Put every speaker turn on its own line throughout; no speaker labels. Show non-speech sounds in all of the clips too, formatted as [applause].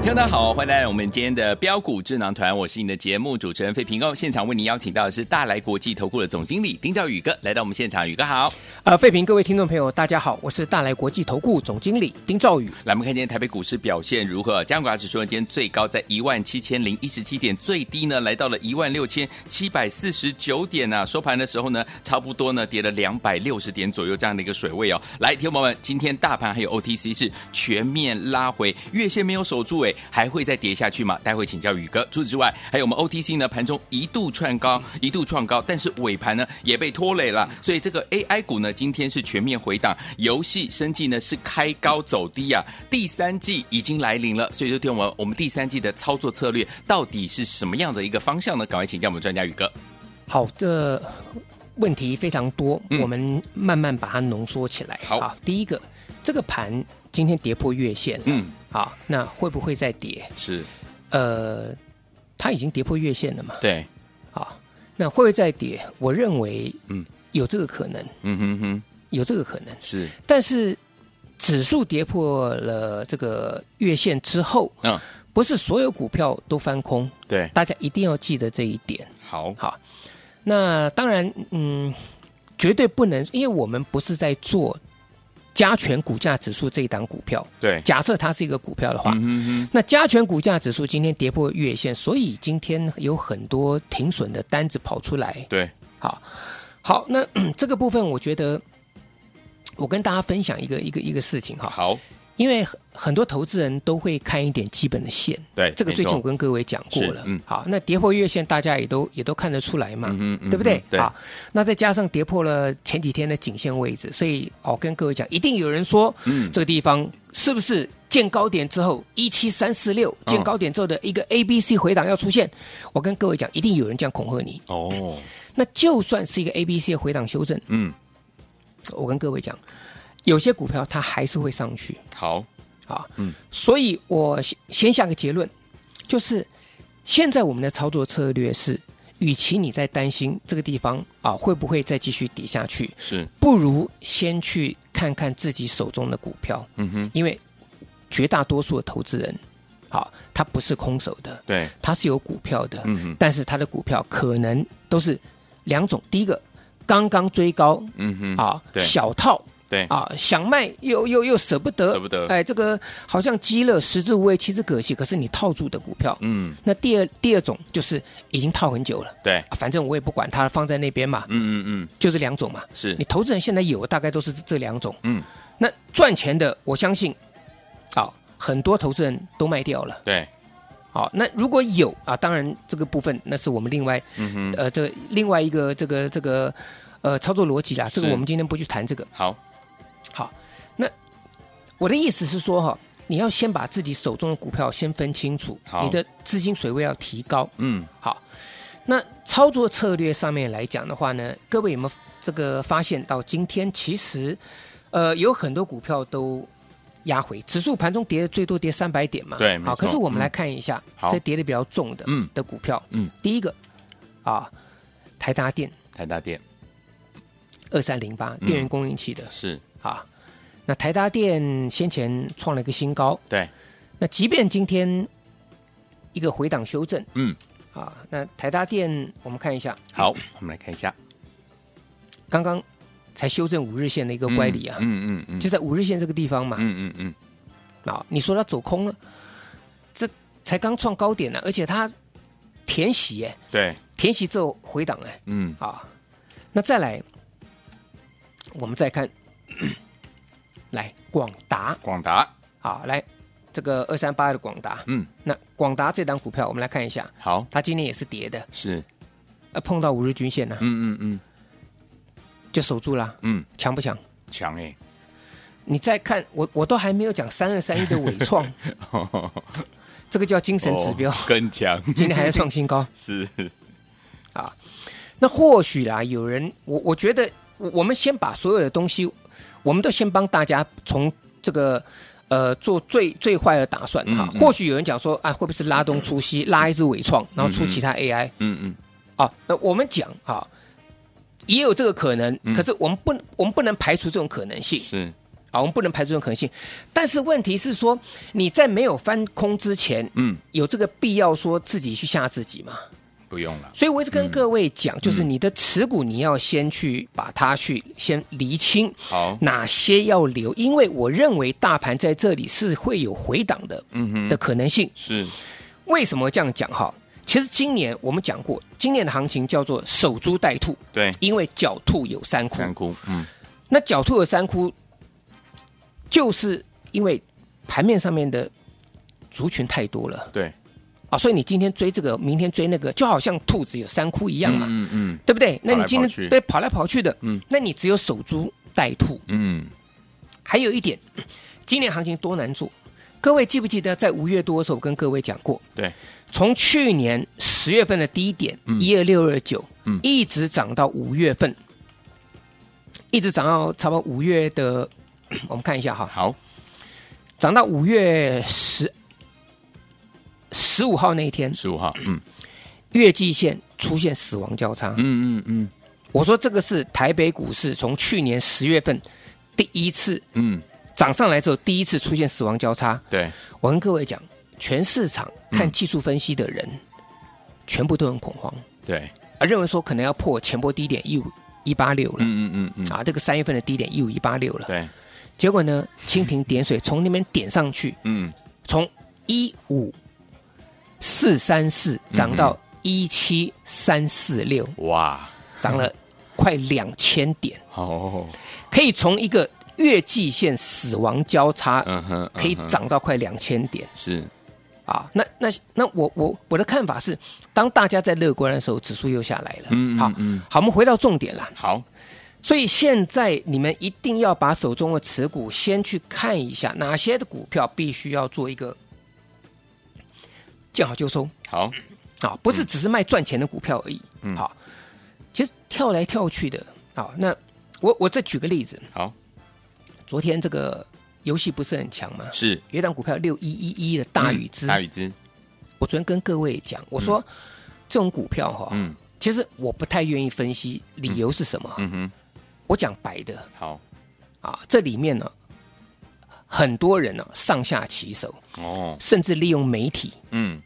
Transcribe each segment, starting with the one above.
听众大家好，欢迎来到我们今天的标股智囊团，我是你的节目主持人费平哦。现场为您邀请到的是大来国际投顾的总经理丁兆宇哥来到我们现场，宇哥好。
呃，费平，各位听众朋友，大家好，我是大来国际投顾总经理丁兆宇。
来，我们看今天台北股市表现如何？加权指数呢今天最高在一万七千零一十七点，最低呢来到了一万六千七百四十九点啊。收盘的时候呢，差不多呢跌了两百六十点左右这样的一个水位哦。来，听众朋友们，今天大盘还有 OTC 是全面拉回，月线没有守住，哎，还会再跌下去吗？待会请教宇哥。除此之外，还有我们 OTC 呢盘中一度创高，一度创高，但是尾盘呢也被拖累了，所以这个 AI 股呢今天是全面回档，游戏生计呢是开高走低啊，第三季已经来临了，所以就听我们我们第三季的操作策略到底是什么样的一个方向呢？赶快请教我们专家宇哥。
好的，问题非常多，
嗯
我们慢慢把它浓缩起来。
好
第一个，这个盘今天跌破月线了，
嗯，
好，那会不会再跌？
是
呃，它已经跌破月线了嘛？
对，
好，那会不会再跌？我认为，
嗯
嗯，有这个可能，
嗯哼哼，
有这个可能。
是，
但是指数跌破了这个月线之后，
嗯，
不是所有股票都翻空，
对，
大家一定要记得这一点。
好，
好，那当然，嗯，绝对不能，因为我们不是在做加权股价指数这一档股票。
对，
假设它是一个股票的话，
嗯哼哼，
那加权股价指数今天跌破月线，所以今天有很多停损的单子跑出来。
对，
好，好，那 [clears throat] 这个部分我觉得，我跟大家分享一个一个一个事情哈，
好，
因为很很多投资人都会看一点基本的线，
对
这个最近
哎没错
我跟各位讲过了
是，嗯
好，那跌破月线大家也都也都看得出来嘛，
嗯哼嗯哼
对不对？
对
好，那再加上跌破了前几天的颈线位置，所以我、哦、跟各位讲，一定有人说，
嗯
这个地方是不是见高点之后一七三四六
嗯
见高点之后的一个 A B C 回档要出现？我跟各位讲，一定有人这样恐吓你。
哦，
那就算是一个 A B C 的回档修正，
嗯，
我跟各位讲，有些股票它还是会上去
好，
啊。
嗯，
所以我先先下个结论，就是现在我们的操作策略是，与其你在担心这个地方啊会不会再继续跌下去，
是，
不如先去看看自己手中的股票，
嗯哼，
因为绝大多数的投资人，好，他不是空手的，
对，
它是有股票的，
嗯哼
但是它的股票可能都是两种，第一个刚刚追高
嗯哼，
啊，
对
小套
对，
啊，想卖又又又舍不得，
舍不得
哎，这个好像鸡肋，食之无味，弃之可惜，可是你套住的股票，
嗯，
那第二第二种就是已经套很久了。
对，
啊反正我也不管它，放在那边嘛，
嗯嗯嗯，
就这两种嘛。
是
你，投资人现在有大概都是这这两种。
嗯，
那赚钱的，我相信，啊，很多投资人都卖掉了。
对，
好，那如果有啊，当然这个部分那是我们另外，
嗯哼，
呃，这另外一个这个这个呃操作逻辑啦，这个
是
我们今天不去谈这个。
好，
好，那我的意思是说哈，你要先把自己手中的股票先分清楚
好，
你的资金水位要提高。
嗯，
好，那操作策略上面来讲的话呢，各位有没有这个发现到今天其实呃有很多股票都压回，指数盘中跌的最多跌三百点嘛，
对没
好，
错
可是我们来看一下
嗯好
这跌的比较重的
嗯
的股票，
嗯，
第一个啊台达电
台大店
二三零
嗯
八电源供应器的、
是，
啊，那台达电先前创了一个新高，
对，
那即便今天一个回档修正
嗯，
啊，那台达电我们看一下，
好，我们来看一下
刚刚才修正五日线的一个乖离啊，
嗯嗯嗯，
就在五日线这个地方嘛。
嗯嗯嗯，
啊，你说它走空了，这才刚创高点呢、而且它填息哎，
对，
填息之后回档哎
嗯，
啊，那再来， [coughs] 我们再看，来广达
广达
啊，来这个二三八的广达，
嗯，
那广达这档股票我们来看一下，
好，
它今天也是跌的，
是，
呃，碰到五日均线呢、
嗯嗯嗯
就守住了，
嗯，
强不强？
强
[laughs]
哎、
你再看我，我都还没有讲三二三一的伟
[laughs]
创，这个叫精神指标，
哦更强，
[laughs] 今天还在创
[laughs]
新高。
是，
那或许啦，有人我我觉得，我我们先把所有的东西，我们都先帮大家从这个呃做最最坏的打算哈。
嗯嗯
或许有人讲说啊，会不会是拉东出西，拉一只伟创，然后出其他 AI？、
嗯嗯，
啊，那我们讲哈，也有这个可能，可是我们不，我们不能排除这种可能性
嗯是，
啊，我们不能排除这种可能性。但是问题是说，你在没有翻空之前，
嗯，
有这个必要说自己去吓自己吗？
不用了，
所以我一直跟各位讲，就是
嗯
你的持股你要先去把它去先厘清。
好，
哪些要留？因为我认为大盘在这里是会有回档的，
嗯哼
的可能性。
是，
为什么这样讲哈？其实今年我们讲过，今年的行情叫做守株待兔，
对，
因为狡兔有三窟。
干枯，嗯，
那狡兔有三窟，就是因为盘面上面的族群太多了
对，
啊，所以你今天追这个，明天追那个，就好像兔子有三窟一样嘛，
嗯嗯
对不对？那你
跑来
今
跑去
天对跑来跑去的，
嗯
嗯，那你只有守株待兔。
嗯，
还有一点，今年行情多难做。各位记不记得在五月多的时候，我跟各位讲过，
对，
从去年十月份的低点一二六二九
嗯，
一直涨到五月份，一直涨到差不多五月的， [clears throat] 我们看一下哈，
好，
涨到五月十十五号那一天，
十五号，嗯
月季线出现死亡交叉。
嗯嗯嗯
我说这个是台北股市从去年十月份第一次
嗯，
涨上来之后，第一次出现死亡交叉。
对，
我跟各位讲，全市场
嗯
看技术分析的人，全部都很恐慌。
对，
啊，认为说可能要破前波低点一五一八六了、
嗯嗯嗯嗯，
啊，这个三月份的低点一五一八六了。
对，
结果呢，蜻蜓点水从那边点上去，
嗯，
从一五四三四涨
嗯
到一七三四六，
哇，
涨
嗯
了快两千点，
哦，
可以从一个月季线死亡交叉，
嗯哼，
可以
嗯哼，
涨到快两千点。
是，
啊，那那那我我我的看法是，当大家在乐观的时候，指数又下来了。
嗯嗯
好
嗯，
好，我们回到重点啦。
好，
所以现在你们一定要把手中的持股先去看一下，哪些的股票必须要做一个见好就收
好，
啊，不是只是卖赚钱的股票而已。嗯，好，其实跳来跳去的啊，那我我再举个例子，
好，
昨天这个游戏不是很强吗？
是嗯
有一档股票六一一一的大禹之，
大禹之，
我昨天跟各位讲，我说、这种股票哈、
嗯
其实我不太愿意分析，理由是什么？
嗯哼，
我讲白的
好，
啊，这里面呢，很多人呢、上下其手，
哦，
甚至利用媒体
嗯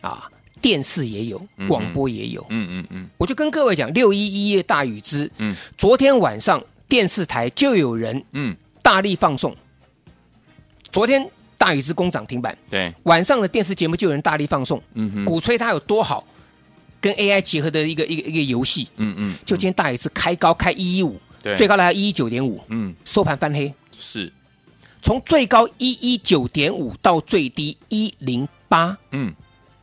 啊，电视也有
嗯，
广播也有。
嗯嗯嗯，
我就跟各位讲，六一一大禹之，
嗯
昨天晚上电视台就有人
嗯，
大力放送，昨天大禹之工涨停板，
对，
晚上的电视节目就有人大力放送，
嗯哼，
鼓吹它有多好，跟 AI 结合的一个一个一个游戏。
嗯嗯，
就今天大禹是开高开一一五
对，
最高来到一一九点五，
嗯
收盘翻黑，
是，
从最高一一九点五到最低一零八。
嗯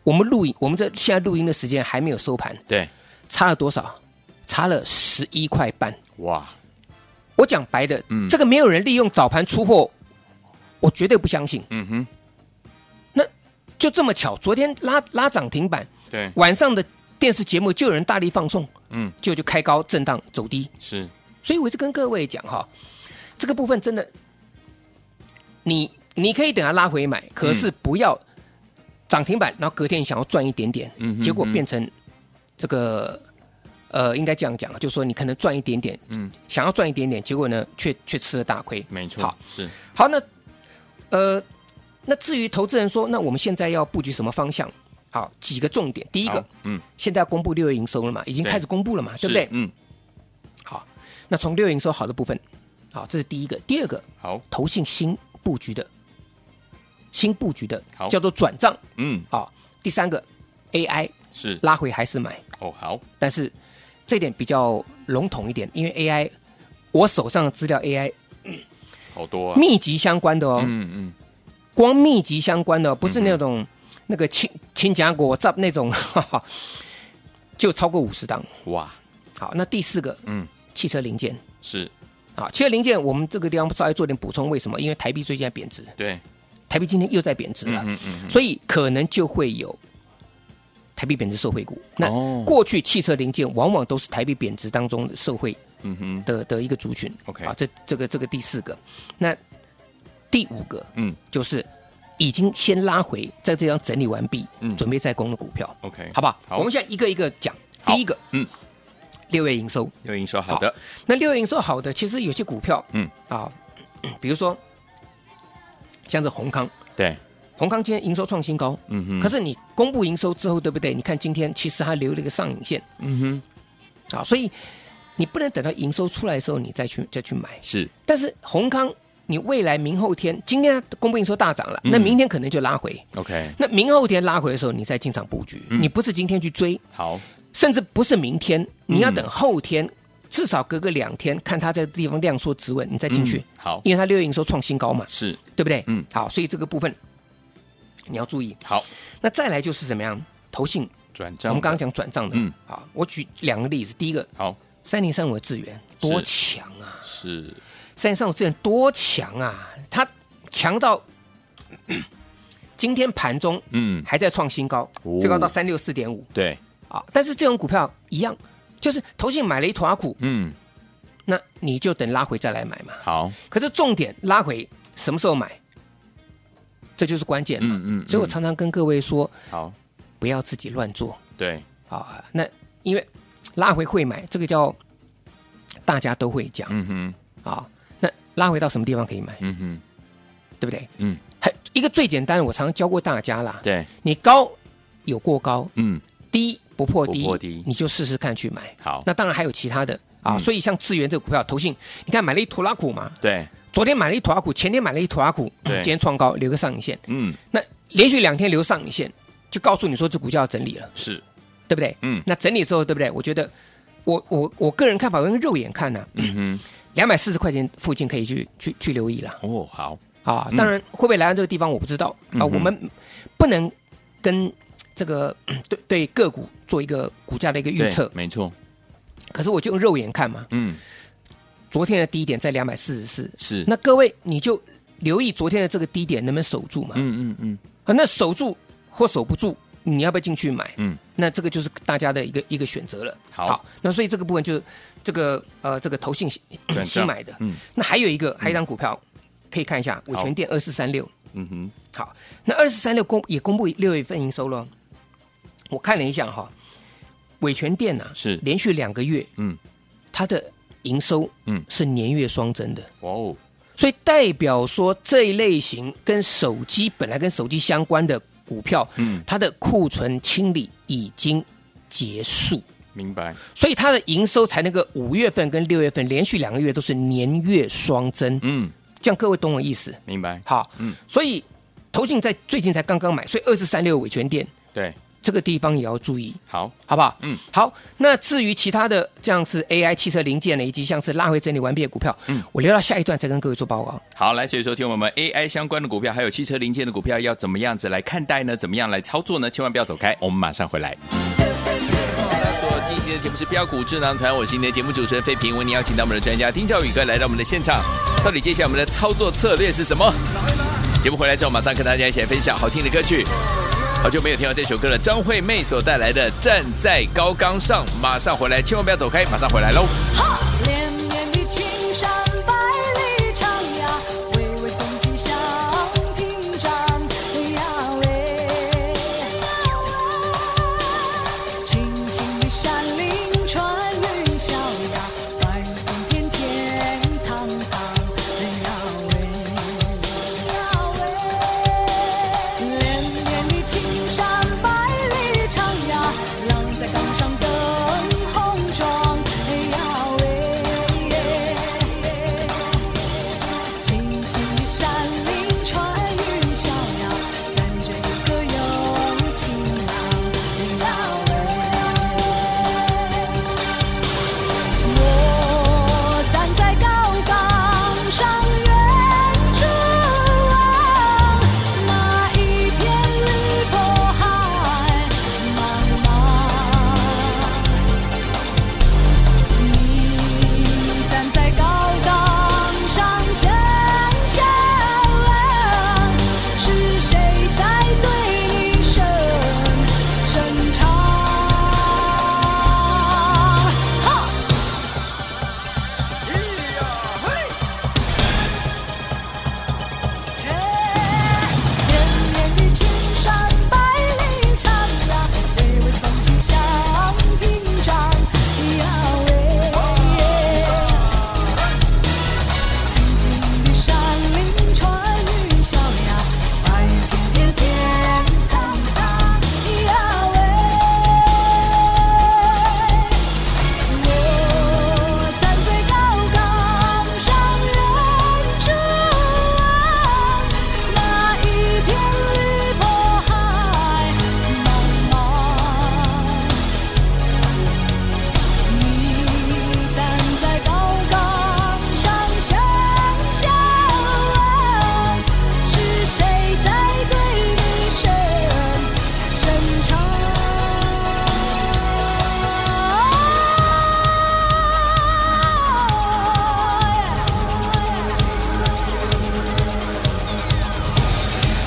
我们录影，我们这现在录音的时间还没有收盘，
对，
差了多少？差了十一块半。
哇，
我讲白的，
嗯
这个没有人利用早盘出货，我绝对不相信。
嗯哼，
就这么巧，昨天拉拉涨停板，
对，
晚上的电视节目就有人大力放送，
嗯
就就开高震荡走低。
是，
所以我一直跟各位讲哈，这个部分真的，你你可以等它拉回买，可
嗯
是不要涨停板，然后隔天你想要赚一点点，
嗯哼
结果变成这个呃，应该这样讲，就是说你可能赚一点点，
嗯，
想要赚一点点，结果呢却却吃了大亏。
没错
好，，
是，
好，那呃，那至于投资人说，那我们现在要布局什么方向？好，几个重点，第一个
好，，嗯，
现在要公布六月营收了嘛，已经
对
开始公布了嘛，对
是
不对？
嗯，
好，那从六月营收好的部分，好，这是第一个。第二个，
好，
投信新布局的，新布局的
好
叫做转账
嗯，
啊。第三个，AI
是，
拉回还是买，
哦，好，
但是这点比较笼统一点，因为 AI 我手上的资料 AI
好多啊，
密集相关的哦，
嗯嗯，
光密集相关的，不是
嗯
那种、那个青青甲果这那种，哈哈，就超过五十档。
嗯哇，
好，那第四个，
嗯，
汽车零件。
是
啊，汽车零件我们这个地方稍微做点补充，为什么？因为台币最近在贬值，
对，
台币今天又在贬值了，
嗯嗯
所以可能就会有台币贬值受惠股。那
哦
过去汽车零件往往都是台币贬值当中的受惠
嗯哼，
的的一个族群。
OK
啊，这这个这个第四个，那第五个
嗯
就是已经先拉回，在这样整理完毕，
嗯
准备再攻的股票，
，OK，
好不好？
好，
我们现在一个一个讲。
好
第一个，
嗯，
六月营收，
刘莹说好的，
那六月营收好的，其实有些股票，
嗯
啊，比如说像这宏康，
对，
宏康今天营收创新高，
嗯哼，
可是你公布营收之后，对不对？你看今天其实它留了一个上影线
嗯哼，
啊，所以你不能等到营收出来的时候你再去再去买。
是
但是宏康，你未来明后天，今天它公布营收大涨了，
嗯
那明天可能就拉回。
OK，
那明后天拉回的时候，你再进场布局，
嗯
你不是今天去追，
好，
甚至不是明天，
嗯
你要等后天，至少隔个两天，看它这个地方量缩止稳，你再进去。
嗯好，
因为它六月营收创新高嘛，
是
对不对？
嗯
好，所以这个部分你要注意。
好，
那再来就是怎么样？投信，
转
我
账，
们刚刚讲转账的，
嗯，
好，我举两个例子。第一个，
好
三零三五的智源
是
多强啊！
是，
三零三五智源多强啊！它强到 [clears throat] 咳今天盘中
嗯，
还在创新高
哦，
最高到三六四点五
对，
啊！但是这种股票一样，就是投信买了一坨股，
嗯，
那你就等拉回再来买嘛。
好，
可是重点拉回什么时候买，这就是关键嘛。
嗯嗯嗯
所以我常常跟各位说，
好，
不要自己乱做
对，
啊。那因为拉回会买，这个叫大家都会讲
嗯哼，
啊。那拉回到什么地方可以买，
嗯哼，
对不对？
嗯，
还一个最简单的，我常常教过大家啦。
对，
你高有过高，
嗯，
低不破
不
低，
破低
你就试试看去买。
好，
那当然还有其他的啊，
嗯
所以像智源这个股票，投信，你看买了一坨拉股嘛，
对，
昨天买了一坨拉股，前天买了一坨拉股，
对
今天创高留个上影线，
嗯，
那连续两天留上影线，就告诉你说这股价要整理了，
是，
对不对？
嗯
那整理之后，对不对？我觉得，我我我个人看法，我用肉眼看呢、
嗯哼，
两百四十块钱附近可以去去去留意了
哦，好，
啊
嗯。
当然，会不会来到这个地方我不知道
嗯
啊。
哼
我们不能跟这个嗯对对个股做一个股价的一个预
对
测，
没错，
可是我就用肉眼看嘛。
嗯，
昨天的低点在两百四十四，
是，
那各位你就留意昨天的这个低点能不能守住嘛？
嗯嗯嗯，
啊，那守住或守不住，你要不要进去买？
嗯，
那这个就是大家的一个一个选择了。
好
那所以这个部分就是这个呃这个投信新
转
新
账
买的，
嗯
那还有一个还有一张股票、可以看一下，伟全店二四三六。
嗯哼，
好，那二四三六公也公布六月份营收了，我看了一下哈，伟全店呐、
是
连续两个月
嗯，
它的营收
嗯
是年月双增的。
哇哦，
所以代表说这一类型跟手机本来跟手机相关的股票，
嗯
它的库存清理已经结束，
明白，
所以它的营收才能够五月份跟六月份连续两个月都是年月双增，
嗯，
这样各位懂我意思？
明白，
好，
嗯
所以投信在最近才刚刚买，所以二四三六维权店
对，
这个地方也要注意。
好，
好不好？
嗯，
好。那至于其他的，像是 AI 汽车零件呢，以及像是拉回整理完毕的股票，嗯，我留到下一段再跟各位做报告。
好，来，所以说，听我们 AI 相关的股票，还有汽车零件的股票，要怎么样子来看待呢？怎么样来操作呢？千万不要走开，我们马上回来。所进行的节目是标股智囊团，我是今天的节目主持人费平，为您邀请到我们的专家丁兆宇哥来到我们的现场，到底接下来我们的操作策略是什么？节目回来之后，马上跟大家一起来分享好听的歌曲。好久没有听到这首歌了，张惠妹所带来的《站在高岗上》，马上回来，千万不要走开，马上回来喽。
连绵的青山百里长呀，巍巍耸起象屏山呀喂。青青的山林穿云霄呀，白云片天苍苍呀喂呀喂。连绵的青山百里长呀，浪在岗上等红妆呀喂。啊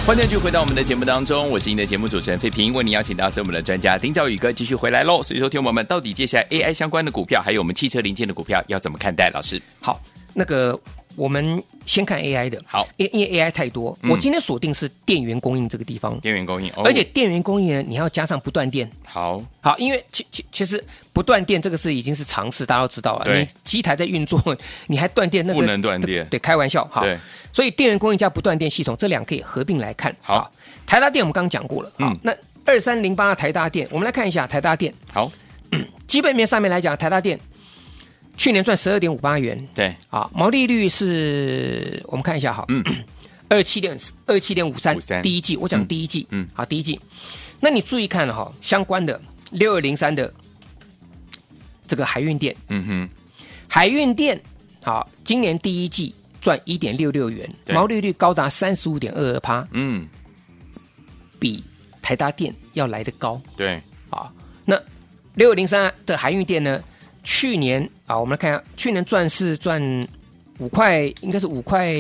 欢迎继续回到我们的节目当中，我是您的节目主持人费平，为您邀请到是我们的专家丁兆宇哥继续回来喽。所以说，听我们到底接下来 AI 相关的股票，还有我们汽车零件的股票要怎么看待？老师，
好，那个我们先看 AI 的，
好
因因为 AI 太多，
嗯
我今天锁定是电源供应这个地方，
电源供应，哦
而且电源供应呢，你要加上不断电。
好，
好，因为其其其实不断电这个是已经是常识，大家都知道了。
对
你机台在运作，你还断电，那个
不能断电
对对，开玩笑。好
对，
所以电源供应加不断电系统这两个可以合并来看。
好，
台达电我们刚刚讲过了。好
嗯，
那二三零八台达电，我们来看一下台达电
好，
基本面上面来讲，台达电去年赚十二点五八元，
对，
啊，毛利率是我们看一下哈，
嗯，
[clears throat] 二七点二七点五三
53，
第一季我讲
嗯
第一季，
嗯
好，第一季，那你注意看了哈，相关的六二零三的这个海运店，
嗯哼，
海运店好，今年第一季赚一点六六元，
对
毛利率高达三十五点二二趴，
嗯，
比台达电要来得高
对，
啊。那六二零三的海运店呢，去年啊，我们来看一下，去年赚是赚五块，应该是五块，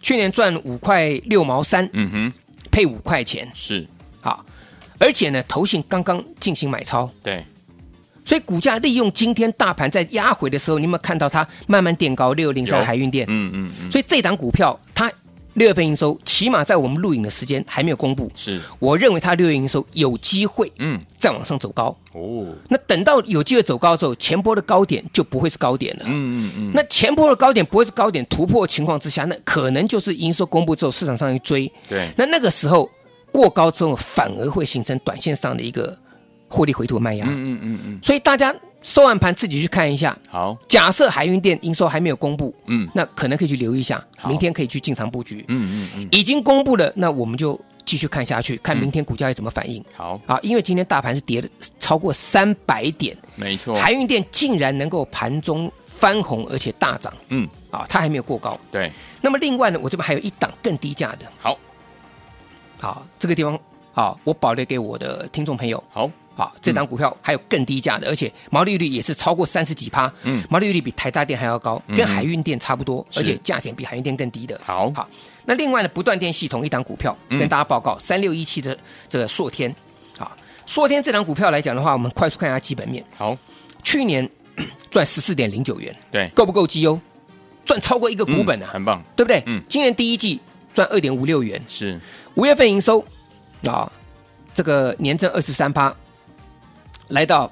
去年赚五块六毛三，
嗯哼，
配五块钱
是，
啊。而且呢，投信刚刚进行买超，
对，
所以股价利用今天大盘在压回的时候，你有没有看到它慢慢垫高六零
有
三海运店？
嗯嗯嗯，
所以这档股票它六月份营收，起码在我们录影的时间还没有公布，
是，
我认为它六月营收有机会
嗯，
再往上走高。
哦，
那等到有机会走高之后，前波的高点就不会是高点了。
嗯嗯嗯，
那前波的高点不会是高点突破的情况之下，那可能就是营收公布之后市场上一追，
对，
那那个时候过高之后反而会形成短线上的一个获利回吐的卖压。
嗯嗯嗯嗯，
所以大家收完盘自己去看一下。
好，
假设海运店营收还没有公布，
嗯
那可能可以去留意一下，
好
明天可以去进场布局。
嗯嗯嗯，
已经公布了，那我们就继续看下去，看明天股价会怎么反应。
好，
啊，因为今天大盘是跌了超过三百点，
没错，
海运店竟然能够盘中翻红，而且大涨
嗯，
啊，它还没有过高。
对，
那么另外呢，我这边还有一档更低价的，
好，
好，这个地方啊，我保留给我的听众朋友。
好，
好，这档股票
嗯
还有更低价的，而且毛利率也是超过三十几趴，
嗯
毛利率比台大电还要高，
嗯
跟海运电差不多，
是
而且价钱比海运电更低的。
好
好，那另外呢，不断电系统一档股票
嗯
跟大家报告，三六一七的这个硕天，好，硕天这档股票来讲的话，我们快速看一下基本面，
好，
去年 [clears throat] 赚十四点零九元，
对，
够不够绩优？赚超过一个股本啊，
很棒，
对不对？
嗯
今年第一季赚二点五六元，
是，
五月份营收啊，这个年增二十三趴，来到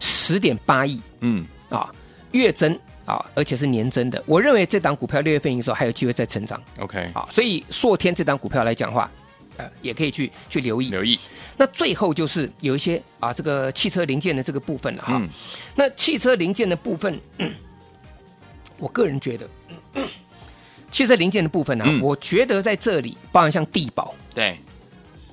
十点八亿
嗯，
啊，月增啊，而且是年增的。我认为这档股票六月份营收还有机会再成长
OK，
啊，所以硕天这档股票来讲的话，呃，也可以去去留意。
留意，
那最后就是有一些啊，这个汽车零件的这个部分了哈。
嗯
那汽车零件的部分， [clears throat] 嗯我个人觉得， [clears throat] 嗯汽车零件的部分呢、啊
嗯
我觉得在这里，包含像地保。
对，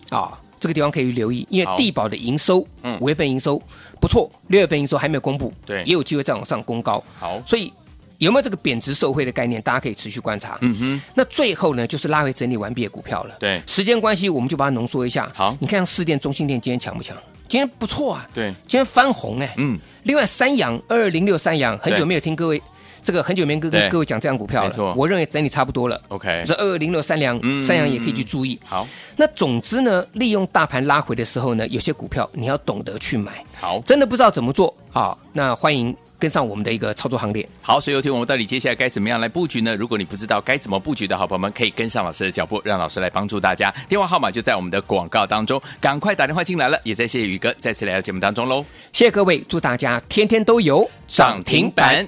啊，这个地方可以留意，因
好
为地保的营收
嗯，
五月份营收不错，六月份营收还没有公布，
对
也有机会再往上攻高，
好，
所以有没有这个贬值受贿的概念，大家可以持续观察。
嗯哼，
那最后呢，就是拉回整理完毕的股票了。
对
时间关系，我们就把它浓缩一下。
好
你看像市电、中心电今天强不强？今天不错啊，
对，
今天翻红哎、
嗯，
另外三阳二二零六三阳，很
对
久没有听各位这个很久没跟
对
跟各位讲这样股票了，
没错
我认为整理差不多了。
OK
这二二零六三阳
嗯
三阳也可以去注意。
好，
那总之呢，利用大盘拉回的时候呢，有些股票你要懂得去买。
好，
真的不知道怎么做啊，那欢迎跟上我们的一个操作行列。
好，所以有听我们到底接下来该怎么样来布局呢？如果你不知道该怎么布局的好朋友们，可以跟上老师的脚步，让老师来帮助大家。电话号码就在我们的广告当中，赶快打电话进来了。也再谢谢宇哥再次来到节目当中喽，
谢谢各位，祝大家天天都有涨停板。。